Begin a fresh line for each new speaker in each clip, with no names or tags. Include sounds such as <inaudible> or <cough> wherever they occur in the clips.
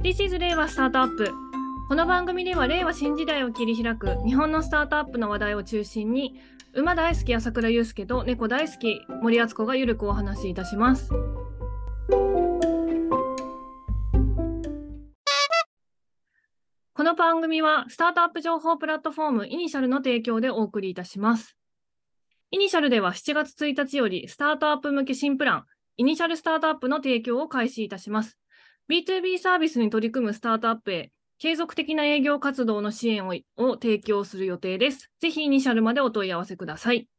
This is 令和スタートアップこの番組では令和新時代を切り開く日本のスタートアップの話題を中心に馬大好き朝倉祐介と猫大好き森敦子がゆるくお話しいたしますこの番組はスタートアップ情報プラットフォームイニシャルの提供でお送りいたしますイニシャルでは7月1日よりスタートアップ向け新プランイニシャルスタートアップの提供を開始いたします B2B サービスに取り組むスタートアップへ継続的な営業活動の支援をを提供する予定です。ぜひイニシャルまでお問い合わせください。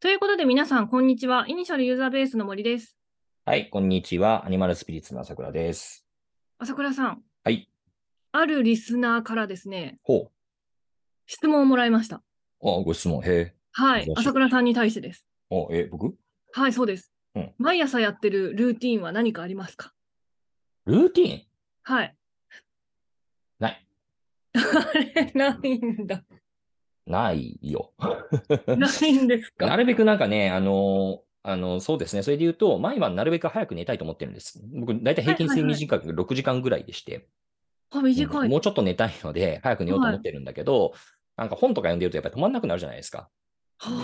ということで皆さん、こんにちは。イニシャルユーザーベースの森です。
はい、こんにちは。アニマルスピリッツの朝倉です。
朝倉さん、
はい、
あるリスナーからですね、
ほ
質問をもらいました。
う。あ、ご質問。へえ。
はい
珍、しい
朝倉さんに対してです。
お、え、僕
はい、そうです。
うん
毎朝やってるルーティンは何かありますか
ルーティン
はい。
ない。
<laughs> あれ、ないん
<laughs>
だ。
ないよ。 <laughs>
ないんですか
なるべくなんかね、あのーあのーそうですね。それで言うと、毎晩なるべく早く寝たいと思ってるんです。僕、だいたい平均
はいはいは
睡眠
い
時間が6時間ぐらいでして、
あ、
う
短
んも
い。
うちょっと寝たいので、早く寝ようと思ってるんだけど、なんか本とか読んでるとやっぱり止まんなくなるじゃないですか。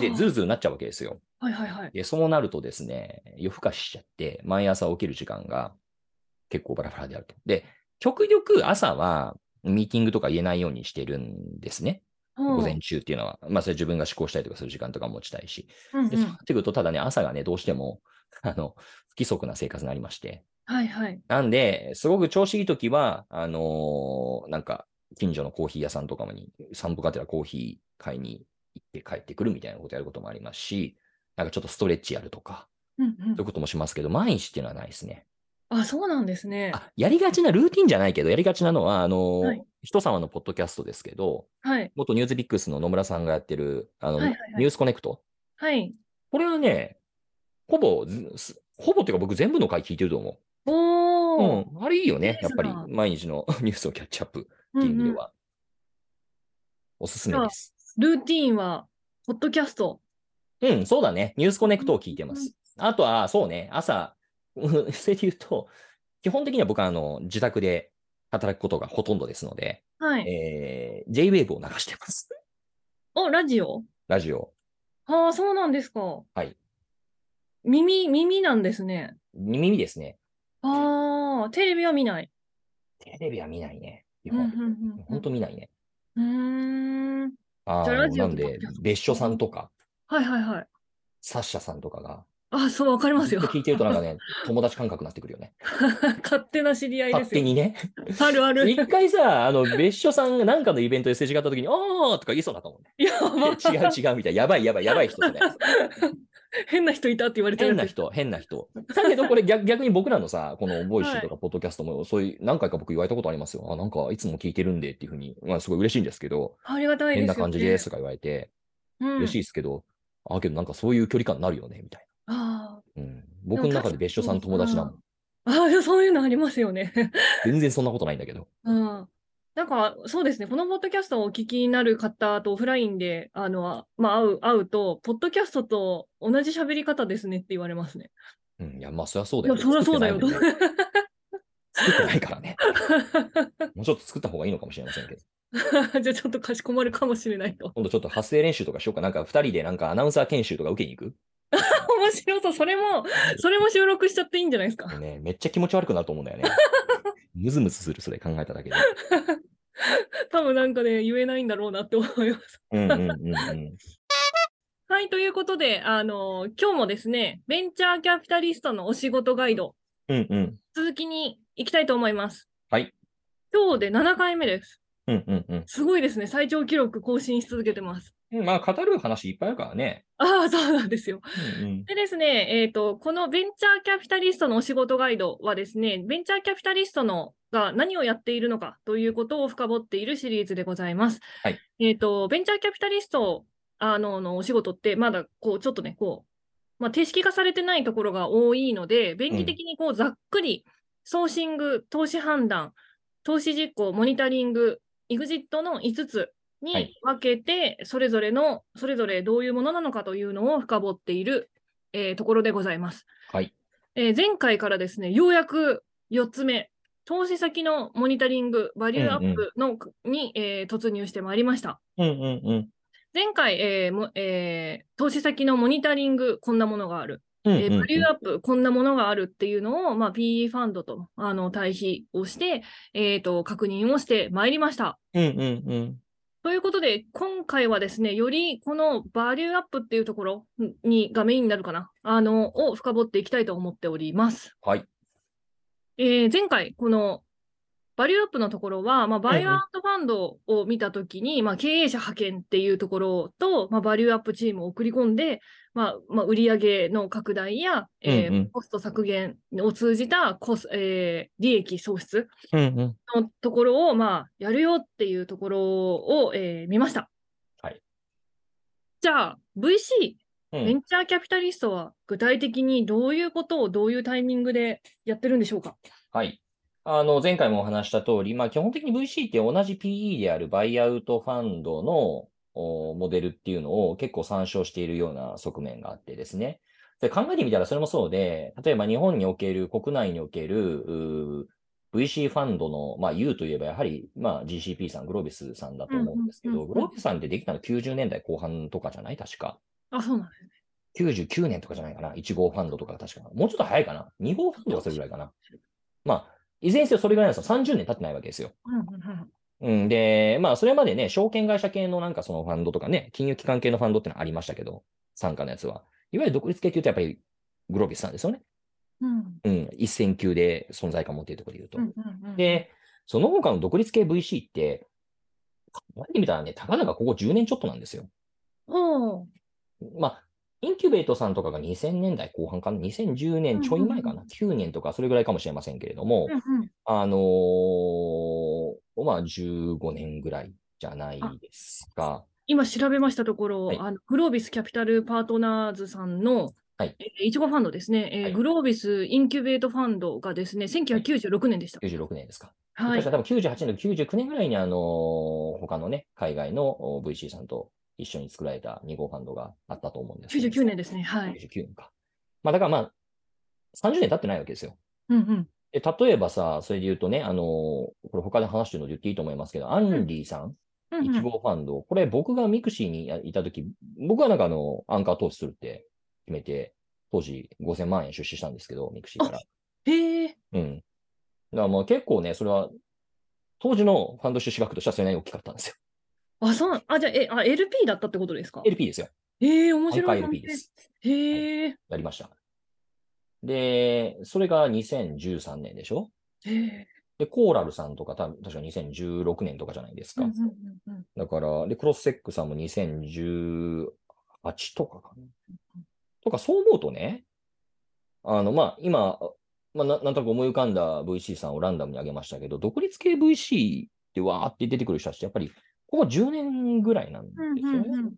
で、ズ
は
ルズルなっちゃうわけですよ。
あはいはいはい。
で、そうなるとですね、夜更かししちゃって、毎朝起きる時間が結構バラバラであると。で、極力朝はミーティングとか言えないようにしてるんですね。午前中っていうのは。まあ、それ自分が思考したりとかする時間とか持ちたいし。
うんうん
で、そうなってくると、ただね、朝がね、どうしても、 <laughs> あの、不規則な生活になりまして。
はいはい。
なんで、すごく調子いい時は、あのーなんか、近所のコーヒー屋さんとかに散歩がてらコーヒー買いに行って帰ってくるみたいなことやることもありますし、なんかちょっとストレッチやるとか、
うんうん
そういうこともしますけど、毎日っていうのはないですね。
あ、そうなんですね。
あ、やりがちなルーティンじゃないけど、やりがちなのは、あの、
はい
人様のポッドキャストですけど、
はい。
元ニュースビックスの野村さんがやってる、あの、
はいはいはい
ニュースコネクト。
はい。
これはね、ほぼず、すほぼっていうか僕全部の回聞いてると思う。
おー。
うん。あれいいよね。
いい
や
で
っ
す
ぱ
な
り毎日の <laughs> ニュースをキャッチアップ
う
っていうん意
う
味
ん
では。おすすめです。
ルーティーンは、ポッドキャスト。
うん、そうだね。ニュースコネクトを聞いてま
うんう
す。あとは、そうね、朝、 <laughs> うんそれで言うと、基本的には僕はあの自宅で働くことがほとんどですので、
はい。
えー、J-Wave を流してます。 <laughs>
お、ラジオ
ラジオ。
ああ、そうなんですか。
はい。
耳、耳なんですね。
耳ですね。
ああ、テレビは見ない。
テレビは見ないね。基
うんうん
本
うん
本当見ないね。
うん。うーん。
あ
じゃあ
ー
ラジオ
な
と
んで
ポッドキャス、ト
別所さんとか、
はいはいはい。
サッシャさんとかが、
あ、そう、わかります
ずっ
よ
と。聞いてるとなんかね、友達感覚になってくるよね。
<laughs> 勝手な知り合いで
勝
す
手
よ。
にね。
あるある。
一回さ、あの、別所さんが何かのイベントですれ違った時に、おーとか言いそうだったもんね。
やばい。
違う違うみたいな。やばいやばいやばい人ね。
<laughs> 変な人いたって言われてる
変な
やつ。
人、変な人。だけど、これ逆逆に僕らのさ、このボイシーとかポッドキャストも、そういう何回か僕言われたことありますよ。あ、なんかいつも聞いてるんでっていうふうに、まあすごい嬉しいんですけど、
ありがたい
変
ですよ、ね。
な感じですとか言われて、
うん。
嬉しいですけど、あ、けどなんかそういう距離感になるよね、みたい
ああ。
な。うん。僕の中で別所さん友達なもん。
ああ、 <laughs> そういうのありますよね。
全然そんなことないんだけど。
うん。なんか、そうですね。このポッドキャストをお聞きになる方とオフラインで、あの、まあ、会う、会うと、ポッドキャストと同じ喋り方ですねって言われますね。
うん。いや、まあそりゃそう
い
だよ
や、
ね。
そりゃそうだよ。
作ってないもんね作ってないからね。もうちょっと作った方がいいのかもしれませんけど。
<laughs> じゃあ、ちょっとかしこまるかもしれないと。
今度ちょっと発声練習とかしようか。なんか二人でなんかアナウンサー研修とか受けに行く
面白そう。それも、それも収録しちゃっていいんじゃないですか。
ね、めっちゃ気持ち悪くなると思うんだ <laughs> よね。ムズムズする、それ考えただけで。
多分なんかね、言えないんだろうなって思います。
うんうんうんうん。
はい、ということで、あの、今日もですね、ベンチャーキャピタリストのお仕事ガイド、
うんうん。
続きに行きたいと思います。
はい。
今日で7回目です。
うんうん
すごいですね。最長記録更新し続けてます。
うん。まあ、語る話いっぱいあるからね。
ああ、そうなんですよ。
うんうん。
でですね、えっ、と、このベンチャーキャピタリストのお仕事ガイドはですね、ベンチャーキャピタリストのが何をやっているのかということを深掘っているシリーズでございます。
はい
えっ、と、ベンチャーキャピタリストあののお仕事って、まだこう、ちょっとね、こう、まあ、定式化されてないところが多いので、便利的にこう、ざっくり、ソーシング、投資判断、投資実行、モニタリング、エグジットの5つ
は
に
い
分けて、それぞれの、それぞれどういうものなのかというのを深掘っている、えーところでございます。
はい。
えー前回からですね、ようやく4つ目、投資先のモニタリング、バリューアップの、に、えー突入してまいりました。
うんうんうん。
前回、えーもえー投資先のモニタリング、こんなものがある。
うん
え
う
ー
んうん
バリューアップ、こんなものがあるっていうのを、まあ、PE ファンドとあの対比をして、えーと、確認をしてまいりました。
うんうんうん。
ということで、今回はですね、よりこのバリューアップっていうところにがメインになるかな、あの、を深掘っていきたいと思っております。
はい。
えー前回、このバリューアップのところは、まあ、バイ
うん
アウトファンドを見たときに、まあ、経営者派遣っていうところと、まあ、バリューアップチームを送り込んで、まあまあ、売上の拡大や、えー
うんうん
コスト削減を通じたコス、えー利益創出
うんうん。
のところを、まあ、やるよっていうところを、えー見ました。
はい。
じゃあ、VC、
うん
ベンチャーキャピタリストは具体的にどういうことをどういうタイミングでやってるんでしょうか
はい。あの、前回もお話した通り、まあ、基本的に VC って同じ PE であるバイアウトファンドのおモデルっていうのを結構参照しているような側面があってですね。で考えてみたらそれもそうで、例えば日本における、国内における、うー VC ファンドの、まあ、U といえばやはり、まあ、GCP さん、グロービスさんだと思うんですけ
うんうん
ど、
うんうん
グロービスさんってできたの90年代後半とかじゃない確か。
あ、そうなんです。
99年とかじゃないかな。1号ファンドとかが確か。もうちょっと早いかな。2号ファンドがそれぐらいかな。まあ、いずれにせよそれぐらいなんですよ。30年経ってないわけですよ。
うんうんうん
うん、で、まあ、それまでね、証券会社系のなんかそのファンドとかね、金融機関系のファンドってのはありましたけど、参加のやつは。いわゆる独立系っていうとやっぱりグロービスさんですよね。
うん
うん、一線級で存在感を持っているところで言うと。
うんうんうん、
で、その他の独立系 VC って、考えてみたらね、たかだかここ10年ちょっとなんですよ。
おー
まあ、インキュベートさんとかが2000年代後半かな、2010年ちょい前か
うんうん
な、9年とかそれぐらいかもしれませんけれども
う、んうん
あのーまあ、15年ぐらいじゃないですか。
今調べましたところ、
はい
あのグロービスキャピタルパートナーズさんの、
はい
えーいちごファンドですね、えー
はい
グロービスインキュベートファンドがですね、1996年でした。
96年ですか。
はい。
確か多分98年と99年ぐらいに、あのー他のね、海外のお VC さんと一緒に作られた2号ファンドがあったと思うんですけど
99年ですね。はい。
99年か。まあ、だからまあ、30年経ってないわけですよ。
うんうん。
で例えばさ、それで言うとね、あのーこれ他で話してるので言っていいと思いますけど、アンリーさん、
うんうん
1号ファンド、これ僕がミクシーにいたとき、僕はなんかあの、アンカー投資するって決めて、当時5000万円出資したんですけど、ミクシーから。
へえ。
うん。だからもう結構ね、それは、当時のファンド出資額としてはそれなりに大きかったんですよ。
あ、そう、あ、じゃあ、え、あ、LP だったってことですか
LP ですよ。
ええ、面
アンカ
白
ー
い。
LP です。。
へえ。
やりました。で、それが2013年でしょ
へえ。
で、コーラルさんとか、た確か2016年とかじゃないです
うん
か。
うんうんうん
だから、で、クロスセックさんも2018とかかな。とか、そう思うとね、あの、まあ、今、まあ、ななんとなく思い浮かんだ VC さんをランダムに挙げましたけど、独立系 VC ってわーって出てくる人たちって、やっぱり、ここ10年ぐらいなんですよね。
うんうんうん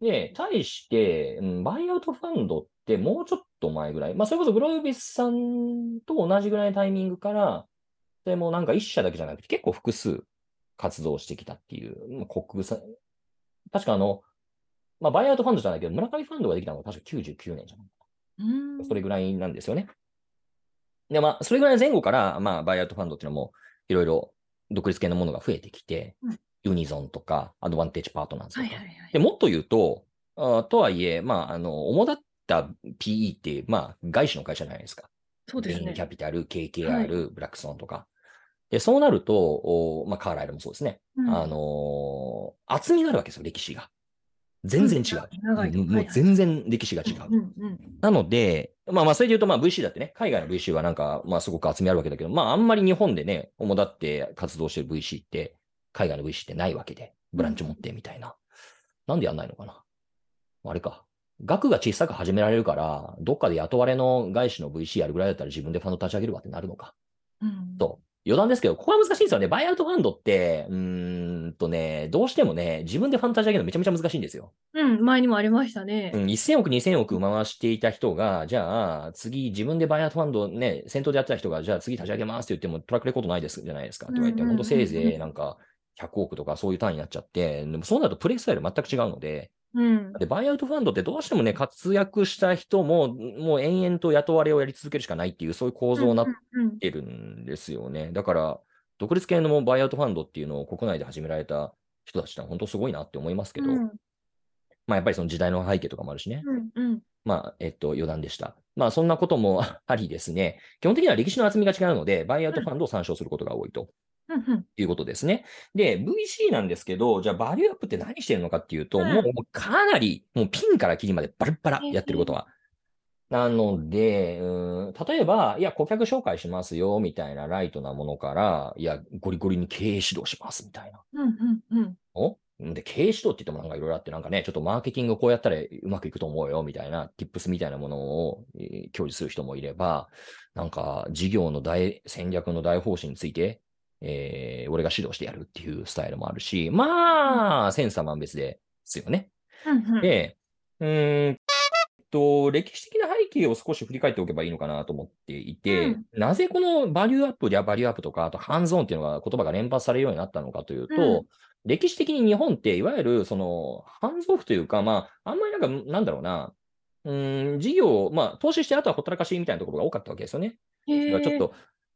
で、対して、うんバイアウトファンドってもうちょっと前ぐらい、まあ、それこそグロービスさんと同じぐらいのタイミングから、でもなんか一社だけじゃなくて、結構複数活動してきたっていう、まあ、国産、確かあの、まあ、バイアウトファンドじゃないけど、村上ファンドができたのが確か99年じゃない
うん
それぐらいなんですよね。で、まあ、それぐらいの前後から、まあ、バイアウトファンドっていうのも、いろいろ独立系のものが増えてきて、
うん
ユニゾンとか、アドバンテージパートナーズと
は
か、
いはいはい。
でもっと言うと、あとはいえ、まあ、あの、主だった PE って、まあ、外資の会社じゃないですか。
そうです
ベイン
ね
キ。ャピタル、KKR、
はい
ブラックソンとか。で、そうなると、おまあ、カーライルもそうですね。
うん
あのー厚みがあるわけですよ、歴史が。全然違う。
うん長いと
もうも
は
う
いはい
全然歴史が違う。
うんうん
なので、まあまあ、それで言うと、まあ VC だってね、海外の VC はなんか、まあすごく厚みあるわけだけど、まああんまり日本でね、主だって活動してる VC って、海外の VC ってないわけで、ブランチ持ってみたいな。なんでやんないのかなあれか。額が小さく始められるから、どっかで雇われの外資の VC やるぐらいだったら自分でファンド立ち上げるわってなるのか。
うん。
と。余談ですけど、ここは難しいんですよね。バイアウトファンドって、うーんとね、どうしてもね、自分でファンド立ち上げるのめちゃめちゃ難しいんですよ。
うん、前にもありましたね。
うん、1000億、2000億回していた人が、じゃあ、次、自分でバイアウトファンドね、先頭でやってた人が、じゃあ次立ち上げますって言っても、トラックレコードないですじゃないですかって言われ
うん
て、
うんうん
本当せいぜいなんか100億とかそういう単位になっちゃって、でもそうなるとプレイスタイル全く違うので、
ううん。
で、バイアウトファンドってどうしてもね、活躍した人も、もう延々と雇われをやり続けるしかないっていう、そういう構造になっ
うん。
てるんですよね。だから、独立系のバイアウトファンドっていうのを国内で始められた人たちってのは本当すごいなって思いますけど、
うん
まあやっぱりその時代の背景とかもあるしね。
うんうん。
まあ、えっと、余談でした。まあ、そんなことも <laughs> ありですね、基本的には歴史の厚みが違うので、バイアウトファンドを参照することが多いと
うんうん。
いうことですね。で、VC なんですけど、じゃあ、バリューアップって何してるのかっていうと、
うん
もうもうかなり、もうピンからキリまでバラッバラやってることは。なので、うん例えば、いや、顧客紹介しますよ、みたいなライトなものから、いや、ゴリゴリに経営指導します、みたいな。
うんうんうん。
おで、経営指導って言ってもなんかいろいろあって、なんかね、ちょっとマーケティングこうやったらうまくいくと思うよ、みたいな、tips みたいなものを、えー享受する人もいれば、なんか事業の大戦略の大方針について、えー俺が指導してやるっていうスタイルもあるし、まあ、千差万別ですよね。
うんうん。
で、うーんと、歴史的な背景を少し振り返っておけばいいのかなと思っていて、
うん
なぜこのバリューアップやバリューアップとか、あとハンズオンっていうのが言葉が連発されるようになったのかというと、
うん
歴史的に日本って、いわゆるそのハンズオフというか、まあ、あんまりなんか、なんだろうな、うーん、事業、まあ、投資してあとはほったらかしみたいなところが多かったわけですよね。
へー
ちょっと、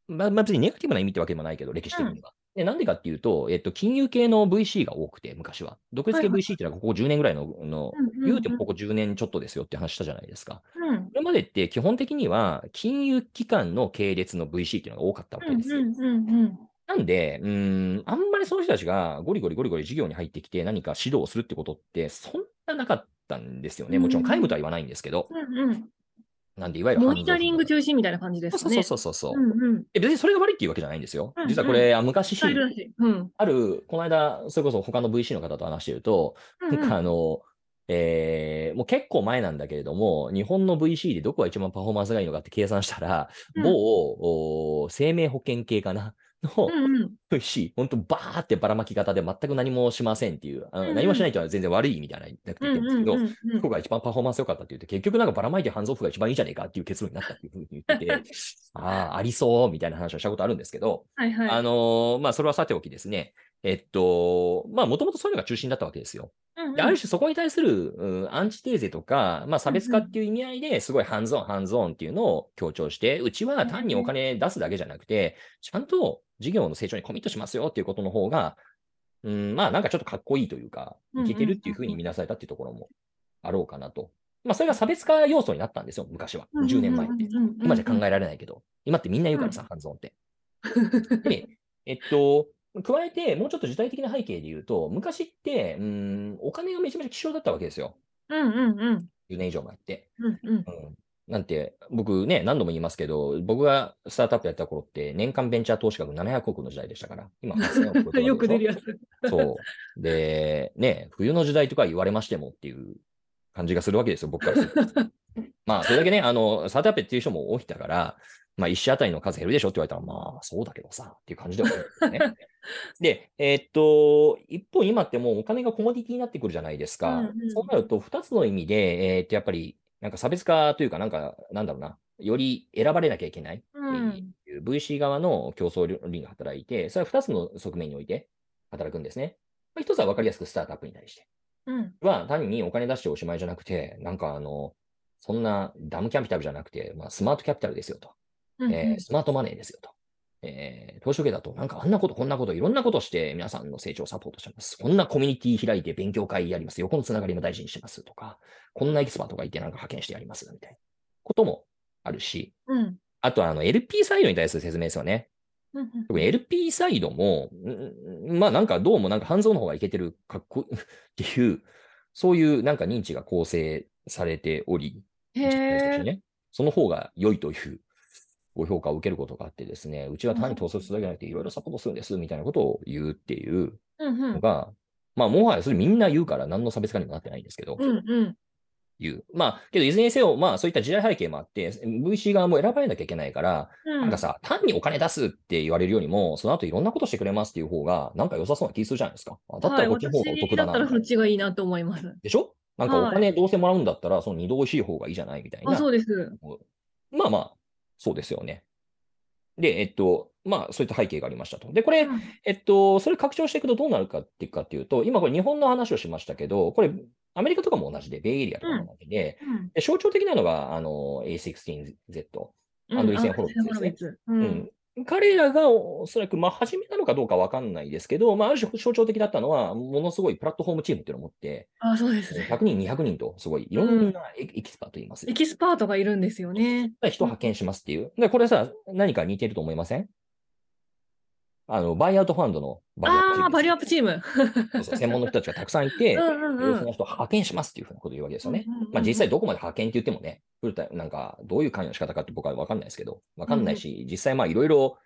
まあ、まあ別にネガティブな意味ってわけでもないけど、歴史的には。でなんでかっていうと、えっと、金融系の VC が多くて、昔は。独立系
はいはい
VC っていうのはここ10年ぐらいの、の
うんうんうん
言うてもここ10年ちょっとですよって話したじゃないですか。
うん
これまでって基本的には金融機関の系列の VC っていうのが多かったわ
う
け
ん
ですよ。
うんうんうん。
なんで、うーん、あんまりその人たちがゴリゴリゴリゴリ事業に入ってきて何か指導をするってことってそんななかったんですよね。もちろん皆無とは言わないんですけど、
うん
なんでいわ
う
ゆ
ん。
る
モ
ハン
ニ
ズオ
タ
フ
リング中心みたいな感じですね。
そうそうそうそうそう。
うんうん。
え別にそれが悪いっていうわけじゃないんですよ
うんう。ん
実はこれ、あ昔、
スタイルだし。うん。
ある、この間、それこそ他の VC の方と話してると、
うん
なんかあの、えーもう結構前なんだけれども、日本の VC でどこが一番パフォーマンスがいいのかって計算したら、
うん
某お生命保険系かなの
うんうん。
VC、本当バーってばらまき型で全く何もしませんっていう、あの
うんうん
何もしないとは全然悪い意味ではないなくて言ってるんですけど、
うんうんうんうん
どこが一番パフォーマンス良かったって言って、結局なんかばらまいてハンズオフが一番いいじゃねえかっていう結論になったっていうふうに言って
<laughs>
て、ああ、ありそうみたいな話をしたことあるんですけど、
はいはい。
あのーまあ、それはさておきですね。えっと、まあ、もともとそういうのが中心だったわけですよ。
うんうん
である種そこに対する、うんアンチテーゼとか、まあ、差別化っていう意味合いですごいハンズオン、ハンズオンっていうのを強調して、うちは単にお金出すだけじゃなくて、ちゃんと事業の成長にコミットしますよっていうことの方が、うん、まあ、なんかちょっとかっこいいというか、いけてるっていうふうに見なされたっていうところもあろうかなと。まあ、それが差別化要素になったんですよ、昔は。10年前って。
うんうんうんうん
今じゃ考えられないけど、今ってみんな言うからさ、ハンズオンって。で、えっと、加えて、もうちょっと時代的な背景で言うと、昔って、うーん、お金がめちゃめちゃ希少だったわけですよ。
うんうんうん
10年以上前って。
うんうん
うんなんて、僕ね、何度も言いますけど、僕がスタートアップやった頃って、年間ベンチャー投資額700億の時代でしたから、今8000億とか
<laughs>
でしょ
よく出るやつ。 <laughs>
そう。で、ね、冬の時代とか言われましてもっていう感じがするわけですよ、僕からすると。
<laughs>
まあ、それだけね、あの、サートアップっていう人も起きたから、まあ、一社あたりの数減るでしょって言われたら、まあ、そうだけどさ、っていう感じではある
<laughs>
んですね。で、えーっと、一方、今ってもうお金がコモディティになってくるじゃないですか。
うんうん
そうなると、2つの意味で、えーっと、やっぱり、なんか差別化というか、なんか、なんだろうな、より選ばれなきゃいけない。
うん
っていう VC 側の競争倫理が働いて、それは2つの側面において働くんですね。まあ、1つは分かりやすくスタートアップに対して。
うん
は単にお金出しておしまいじゃなくて、なんかあの、そんなダムキャピタルじゃなくて、まあ、スマートキャピタルですよと、
うん
えースマートマネーですよと。えー投資受けだと、なんかあんなこと、こんなこと、いろんなことして皆さんの成長をサポートしてます。こんなコミュニティ開いて勉強会やります。横のつながりも大事にしてますとか、こんなエキスパートがいてなんか派遣してやりますみたいなこともあるし、
うん
あとはあの LP サイドに対する説明ですよね。
うんうん
特に LP サイドも、んんまあなんかどうもなんか半蔵の方がいけてる、か <laughs> っこいいっていう、そういうなんか認知が構成されており、
へえ。
ね、その方が良いという <laughs> ご評価を受けることがあってですね、うちは単に統率するだけじゃなくて、いろいろサポートするんですみたいなことを言うっていう
うんう
の
ん
が、まあもはやそれみんな言うから何の差別化にもなってないんですけど、
うんうん
いう。まあ、けどいずれにせよ、まあそういった時代背景もあって、VC 側も選ばれなきゃいけないから、
うん
なんかさ、単にお金出すって言われるよりも、その後いろんなことしてくれますっていう方が、なんか良さそうな気するじゃないですか。あだったらこっちの方がお得だな
はい私だったら
みた
そ
い
っ
な。
ちがいいなと思います。
でしょなんか
はい
お金どうせもらうんだったら、その二度おいしい方がいいじゃないみたい
あ、
な。
そうです。
まあまあ、そうですよね。で、えっと、まあ、そういった背景がありましたと。で、これ、えっと、それ拡張していくとどうなるかっていうかっていうと、今これ日本の話をしましたけど、これ、アメリカとかも同じで、ベイエリアとかも同じで、
うん
で象徴的なのが、あの、A16Z。
うん
アンドリセンホロ
アンドリ
ウィッ
センホロウィッツうん
彼らがおそらく、まあ、初めなのかどうかわかんないですけど、まあ、ある種象徴的だったのは、ものすごいプラットフォームチームっていうのを持
<laughs>
って、
あ、そうですね。
100人、200人と、すごい、いろんなエエキスパートいます。
エキスパートがいるんですよね。
人派遣しますっていう。で、これさ、何か似てると思いませんあの、バイアウトファンドのバリア
ああ、バリューアップチーム。
そうそう専門の人たちがたくさんいて、
う
要
んうん
す
う
るにそ
ん
の人を派遣しますっていうふうなことを言うわけですよね。
うんうんうん
まあ実際どこまで派遣って言ってもね、古田なんかどういう関与の仕方かって僕は分かんないですけど、分かんないし、実際まあいろいろ、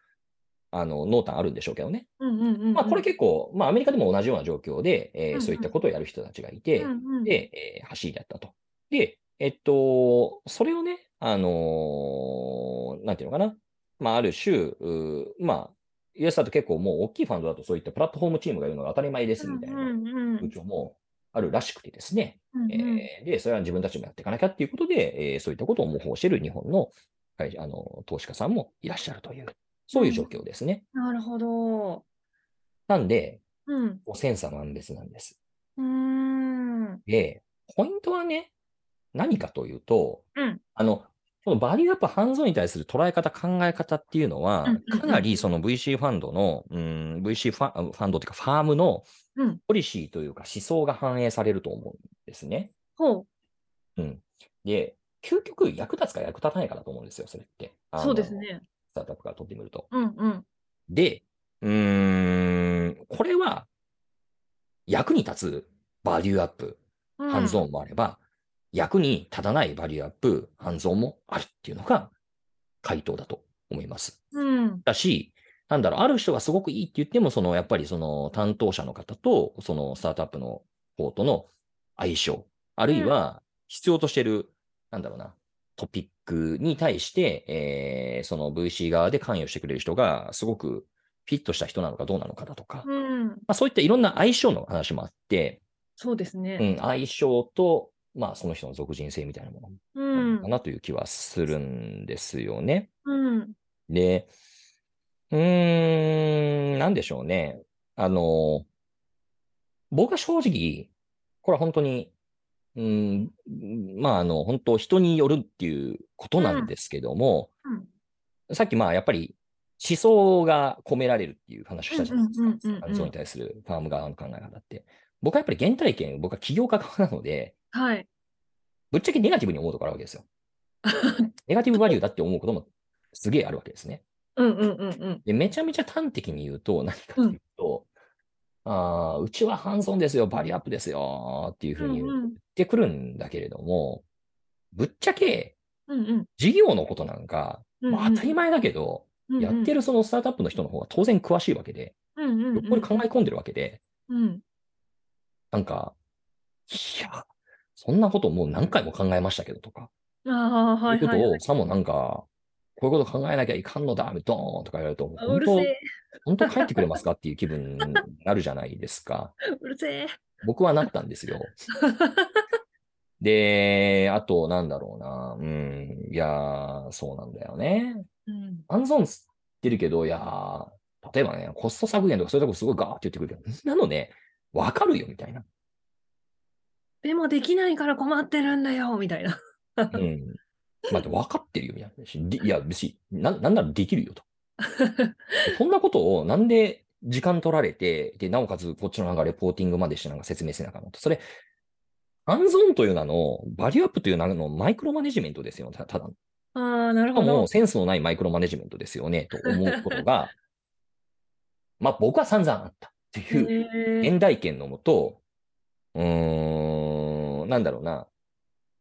あの、濃淡あるんでしょうけどね。
うんうんうんうん
まあこれ結構、まあアメリカでも同じような状況で、えー
うんうん
そういったことをやる人たちがいて、
うんうん
で、えー走りだったと。で、えっと、それをね、あのーなんていうのかな、まあ、ある種、うーまあ、US だと結構もう大きいファンドだとそういったプラットフォームチームがいるのが当たり前ですみたいな
うんうんうん
風潮もあるらしくてですね、
うんうん
えーで、それは自分たちもやっていかなきゃっていうことで、えーそういったことを模倣している日本の会社あの投資家さんもいらっしゃるという、そういう状況ですね。
なるほど。
なんで、
うん。
もう千差万別なんです。
うーん。
で、ポイントはね、何かというと、
うん
あの、このバリューアップハンズオンに対する捉え方、考え方っていうのは
うんうん、うん
かなりその VC ファンドの、うん VC ファあファンドというか、ファームの
うん
ポリシーというか思想が反映されると思うんですね。
ほう。
で、究極役立つか役立たないかだと思うんですよ、それって。あの
そうです。ね。
スタートアップから取ってみると。
うんうん。
で、うーん、これは役に立つバリューアップ
うん
ハンズオンもあれば、役に立たないバリューアップ、ハンズオンもあるっていうのが回答だと思います。
うん。
だし、なんだろう、ある人がすごくいいって言っても、そのやっぱりその担当者の方と、そのスタートアップの方との相性、あるいは必要としてる、なんだろうな、トピックに対して、えーその VC 側で関与してくれる人が、すごくフィットした人なのかどうなのかだとか、ま
うん。
あ、そういったいろんな相性の話もあって、
そうです
う
ね。
ん、相性と、まあ、その人の属人性みたいなも
う
のなの
ん
か。なという気はするんですよね。
うん。
で、うーん、なんでしょうね。あの、僕は正直、これは本当に、うん、まあ、あの、本当、人によるっていうことなんですけども、
うん
さっき、まあ、やっぱり、思想が込められるっていう話をしたじゃないですか。
うんうんうんうんうん
アンゾーンに対するファーム側の考え方って。僕はやっぱり原体験、僕は起業家側なので、
はい。
ぶっちゃけネガティブに思うところあるわ
<laughs>
けですよ。ネガティブバリューだって思うこともすげえあるわけですね。
うんうんうんうん。
で、めちゃめちゃ端的に言うと、何かというと、うあーうちはハンソンですよ、バリアップですよっていうふうに
う
言っ
ん
てくるんだけれども、ぶっちゃけ
うんうん
事業のことなんか、
うん。
まあ当たり前だけど、
前
やって
る。
るそのスタートアップの人の方が当然詳しいわけで、
うんうんうん。
よっぽど考え込んでるわけで、
うん。
なんか、いや、そんなこともう何回も考えましたけどとか、
ああ、
こう
はいいう
こ
は
と
いは
を
い。
さもなんか、こういうこと考えなきゃいかんのだ、ドーンとか言われると、
あう
本
る
当
せ、え、
本当帰ってくれますかっていう気分になるじゃないですか。
うるせえ。
僕はなったんですよ。で、あと、なんだろうな。うん、いやー、そうなんだよね。
うん。
アンゾンつってるけど、いやー、例えばね、コスト削減とかそういうとこすごいガーって言ってくるけど、そんなのね、わかるよ、みたいな。
でもできないから困ってるんだよ、みたいな。
うん。 <laughs> まあ、分かってるよ、みたいなし。でいや、別に、ななんならできるよ <laughs> と。そんなことを、なんで時間取られて、で、なおかつ、こっちのなんかレポーティングまでしてなんか説明せなあかんのと。それ、アンゾーンという名の、バリューアップという名のマイクロマネジメントですよ、たただの。し
ああ、なる
か
ほど
も、。センスのないマイクロマネジメントですよね、と思うこと <laughs> が、まあ、僕は散々あったって
へ
いう
え
現代圏のもと、うーん、なんだろうな。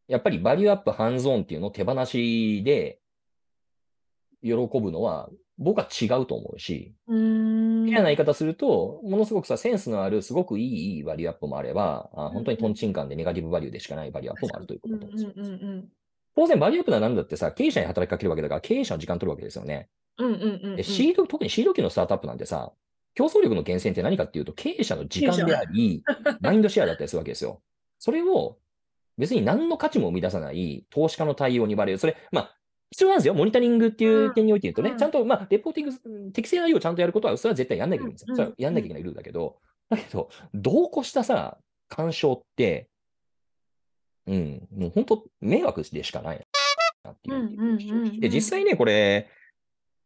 やっぱりバリューアップハンズオンっていうのを手放しで喜ぶのは僕は違うと思うし、
うーん。
嫌な言い方すると、ものすごくさ、センスのある、すごくいいバリューアップもあれば、あ本当にトンチンカンでネガティブバリューでしかないバリューアップもあるというこ
うん
と
う
だと思うん
ん
ですよ。
うん
当然、バリューアップなら何だってさ、経営者に働きかけるわけだから、経営者の時間取るわけですよね。
うん。うんうんうんう
で
ん。
シード、特にシード級のスタートアップなんてさ、競争力の源泉って何かっていうと、経営者の時間であ
<laughs>
り、マインドシェアだったりするわけですよ。それを別に何の価値も生み出さない投資家の対応にバレる。それ、まあ、必要なんですよ。モニタリングっていう点において言うとね、
うん
ちゃんと、まあ、レポーティングうん、適正な内容をちゃんとやることは、それは絶対やんなきゃいけないんです
う
よ。
ん
それはやんなきゃいけないルールだけど、だけど、同行したさ、干渉って、うん、もう本当、迷惑でしかないなっていう。
うんうんうんうん
で、実際ね、これ、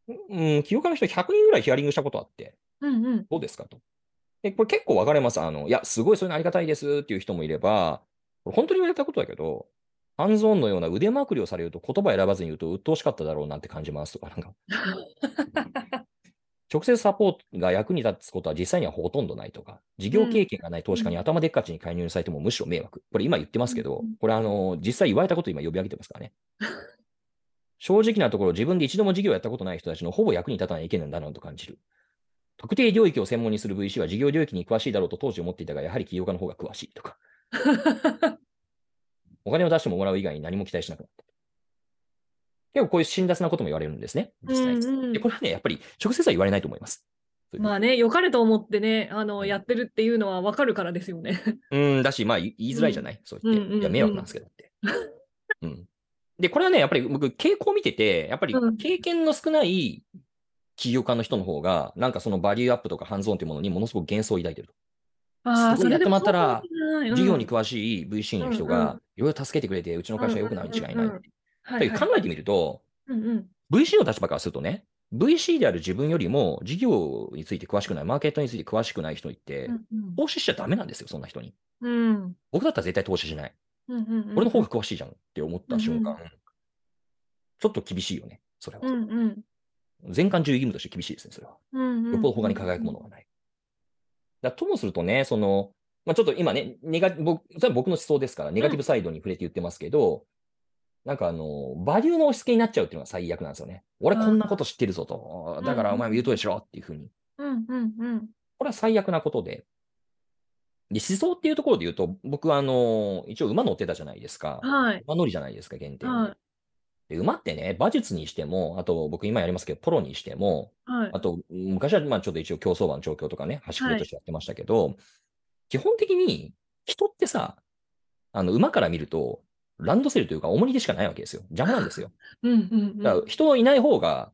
うん、起業家の人100人ぐらいヒアリングしたことあって、
うんうん。
どうですかと。で、これ結構分かれます。あの、いや、すごいそういうのありがたいですっていう人もいれば、これ本当に言われたことだけど、ハンズオンのような腕まくりをされると言葉選ばずに言うと鬱陶しかっただろうなって感じますとか、
<laughs>
なんか、直接サポートが役に立つことは実際にはほとんどないとか、事業経験がない投資家に頭でっかちに介入されてもむしろ迷惑。これ今言ってますけど
うん、
これあの、実際言われたこと今呼び上げてますからね。正直なところ自分で一度も事業をやったことない人たちのほぼ役に立たない意見なんだなと感じる。特定領域を専門にする VC は事業領域に詳しいだろうと当時思っていたが、やはり起業家の方が詳しい
<laughs>
とか、お金を出してももらう以外に何も期待しなくなった。結構こういう辛辣なことも言われるんですね、実際。
うんうん
でこれはね、やっぱり直接は言われないと思います。
まあね、良かれと思ってね、あの、
うん
やってるっていうのはわかるからですよね。
うん、だし、まあ、言いづらいじゃない、そう言って。
うんうんうん
いや、迷惑なんですけどって。うん。で、これはね、やっぱり僕、傾向を見てて、やっぱり
うん
経験の少ない起業家の人の方が、なんかそのバリューアップとかハンズオンっていうものにものすごく幻想を抱いてると。
ああ、
すごいやってもらったら
事
事業に詳しい VC の人
うんう
が、いろいろ助けてくれて、うちの会社が良くなるに違いない。
うんうんうんうん
やっ
は
ぱ
い
り
はい
考えてみると、
うんうん
VC の立場からするとね、VC である自分よりも事業について詳しくない、マーケットについて詳しくない人って
う、んうん
投資しちゃダメなんですよ、そんな人に。
うん
僕だったら絶対投資しない。
うんうんうん
俺の方が詳しいじゃんって思った瞬
う
間、
ん
ちょっと厳しいよね、それは。
うんうん
全館重義務として厳しいですね、それは。
うんうん
よっぽど他に輝くものがない。だともするとね、その、まあ、ちょっと今ね、ネガ僕、それは僕の思想ですから、ネガティブサイドに触れて言ってますけど、なんかあの、バリューの押し付けになっちゃうっていうのが最悪なんですよね。俺こんなこと知ってるぞと。だからお前も言うとりしろっていうふうに。
うんうんうん
これは最悪なことで。で、思想っていうところで言うと、僕はあの、一応馬乗ってたじゃないですか。
はい
馬乗りじゃないですか、限定に。
はい
で馬ってね、馬術にしても、あと僕今やりますけど、ポロにしても、
はい
あと昔はまあちょっと一応競走馬の調教とかね、端くれとしてやってましたけど、基本的に人ってさ、あの馬から見ると、ランドセルというか重荷でしかないわけですよ。邪魔なんですよ。
うんうんうん
だから人いない方が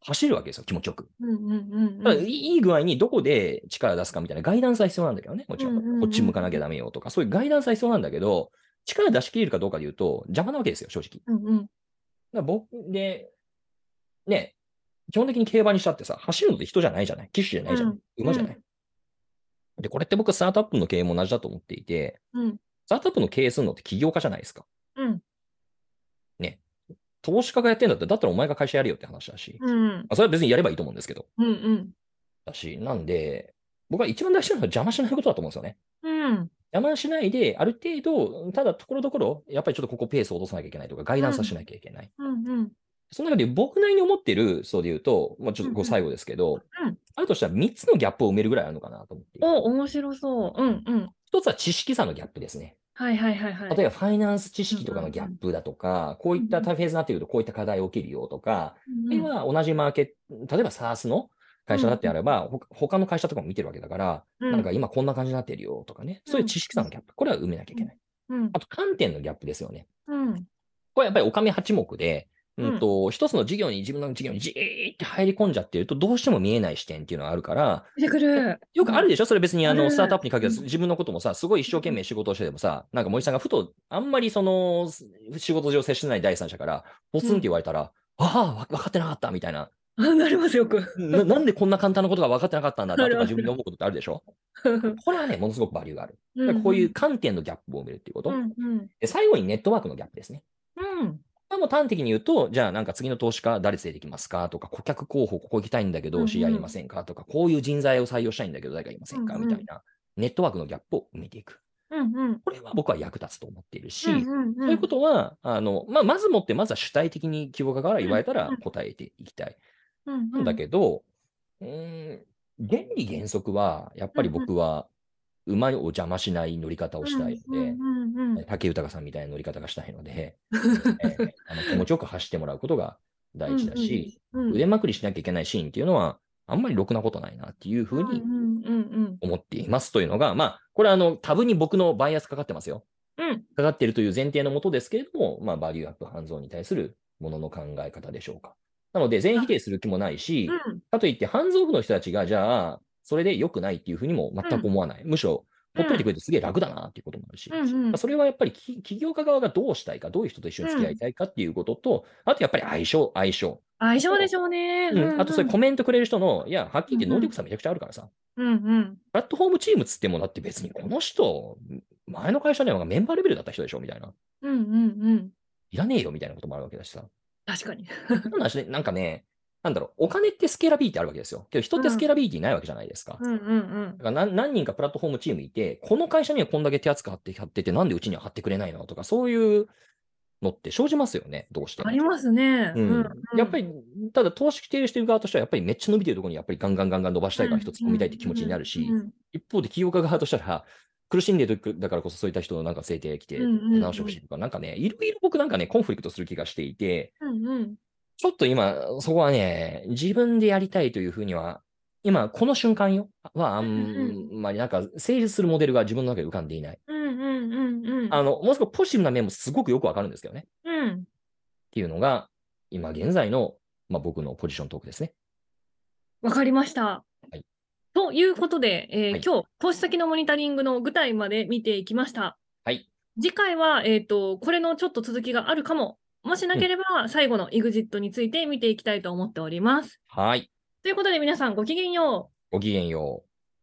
走るわけですよ、気持ちよく。
うんうんうんうん
だからいいい具合にどこで力出すかみたいなガイダンスは必要なんだけどね、もちろん。
うんうんうん
こっち向かなきゃダメよとか、そういうガイダンスは必要なんだけど、力出し切れるかどうかで言うと邪魔なわけですよ、正直。
うんうん
だから僕、で、ね、基本的に競馬にしたってさ、走るのって人じゃないじゃない騎手じゃないじゃない、
うん
馬じゃない、で、これって僕はスタートアップの経営も同じだと思っていて、
うん
スタートアップの経営するのって起業家じゃないですか。
うん
投資家がやってんだったら、だったらお前が会社やれよって話だし、
うん
あそれは別にやればいいと思うんですけど、
うんうん
だし、なんで、僕は一番大事なのは邪魔しないことだと思うんですよね。
うん
邪魔しないで、ある程度、ただところどころ、やっぱりちょっとここペースを落とさなきゃいけないとか、ガイダンスはしなきゃいけない。
うんうん
その中で僕なりに思ってる、そうで言うと、まあ、ちょっとこ
うんうん
う最後ですけど、
うん
あるとしたら3つのギャップを埋めるぐらいあるのかなと思っていて。
お面白そううんうん
一つは知識差のギャップですね。
はいはいはいはい
例えばファイナンス知識とかのギャップだとか、こういったフェーズになっているとこういった課題起きるよとか、
うん
あ
う
るい
ん
は同じマーケット、例えば SARS の会社だってあれば、ほ他の会社とかも見てるわけだから、
うん
なんか今こんな感じになってるよとかね、そういう知識差のギャップ、これは埋めなきゃいけない。
うん
あと観点のギャップですよね。
うん
これやっぱりお金八目で、
うん
うんと、一つの事業に、自分の事業にじーって入り込んじゃってると、どうしても見えない視点っていうのがあるから、
出てくる
よくあるでしょそれ別にあ
う
の、
ん
スタートアップに限らず、
うん
自分のこともさ、すごい一生懸命仕事をしててもさ、なんか森さんがふと、あんまりその、す仕事上接してない第三者から、ポツンって言われたら、ああ、わ分かってなかったみたいな。
<laughs> あなりますよ
<laughs>
く
ななんでこんな簡単なことが分かってなかったんだ
あ
と
る
か
ある
自分で思うことってあるでしょこれはね、ものすごくバリューがある。だからこういう観点のギャップを埋めるっていうこと
う。んうん
で最後にネットワークのギャップですね。
うん
まあ、もう端的に言うと、じゃあなんか次の投資家誰連れてきますかとか、顧客候補ここ行きたいんだけ
うんう
ど
ん
知り合いいませんかとか、こういう人材を採用したいんだけど誰かいませんか
うんうん
みたいな、ネットワークのギャップを埋めていく。
うんうん
これは僕は役立つと思っているし、
う
と
んうんうん
いうことは、あの、まあ、まずもって、まずは主体的に希望家から言われたら答えていきたい。
うん
なんだけど、うーん、原理原則は、やっぱり僕は、馬を邪魔しない乗り方をしたいの
うんうん
で、
うんうん
竹豊さんみたいな乗り方がしたい
<laughs>
ので、えーあの気持ちよく走ってもらうことが大事だし、
うんうん
腕まくりしなきゃいけないシーンっていうのは、あんまりろくなことないなっていうふうに
うんうんうん
思っていますというのが、まあ、これはあのタブに僕のバイアスかかってますよ。
うん
かかってるという前提のもとですけれども、まあ、バリューアップ半蔵に対するものの考え方でしょうか。なので、全否定する気もないし、
うん
かといって、ハンズオフの人たちが、じゃあ、それで良くないっていうふうにも全く思わない。むしろ、ほっといてくれてすげえ楽だなっていうこともあるし、
うんうん
まあそれはやっぱりき企業家側がどうしたいか、どういう人と一緒に付き合いたいかっていうことと、あとやっぱり相性、相性。
相性でしょうね。
うんあとそういうコ
メ
メントくれる人の、いや、はっきり言
う
って
んうん
能力差めちゃくちゃあるからさ、
うんうん。
プラットフォームチームつっても、だって別にこの人、前の会社ではメンバーレベルだった人でしょみたいな。
うんうんうん。
いらねえよみたいなこともあるわけだしさ。
確かに。
なんだしねなんかね、なんだろう、お金ってスケーラビリティあるわけですよ。けど人ってスケーラビリティないわけじゃないですか。
うんうん
だから何何人かプラットフォームチームいて、この会社にはこんだけ手厚く貼って貼ってて、なんでうちには貼ってくれないのとか、そういうのって生じますよね、どうして
うん。
も。
ありますね。
うんやっぱ
り。
り、ただ投資している人側としては、やっぱりめっちゃ伸びてるところにやっぱりガンガンガンガン伸ばしたいから人突っ込みたいって気持ちになるし、
うんうん
一方で企業家側としたら、苦しんでる時だからこそそういった人のなんか制定来て、
うんうんうん
直してほしいとか、なんかね、いろいろ僕なんかね、コンフリクトする気がしていて、
うんうん。
ちょっと今、そこはね、自分でやりたいというふうには、今、この瞬間よ、はあんまりなんか、成立するモデルが自分の中で浮かんでいない。
うんうんうんうん。
あの、もう少しポジティブな面もすごくよくわかるんですけどね。っ
うん。
ていうのが、今現在の、まあ、僕のポジショントークですね。
わかりました。
はい
ということで、えー
はい
今日、投資先のモニタリングの具体まで見ていきました。
はい。
次回は、えっ、と、これのちょっと続きがあるかも。もしなければ、最後の EXIT について見ていきたいと思っております。
はい。
ということで、皆さんごきげんよう。
ごきげんよう。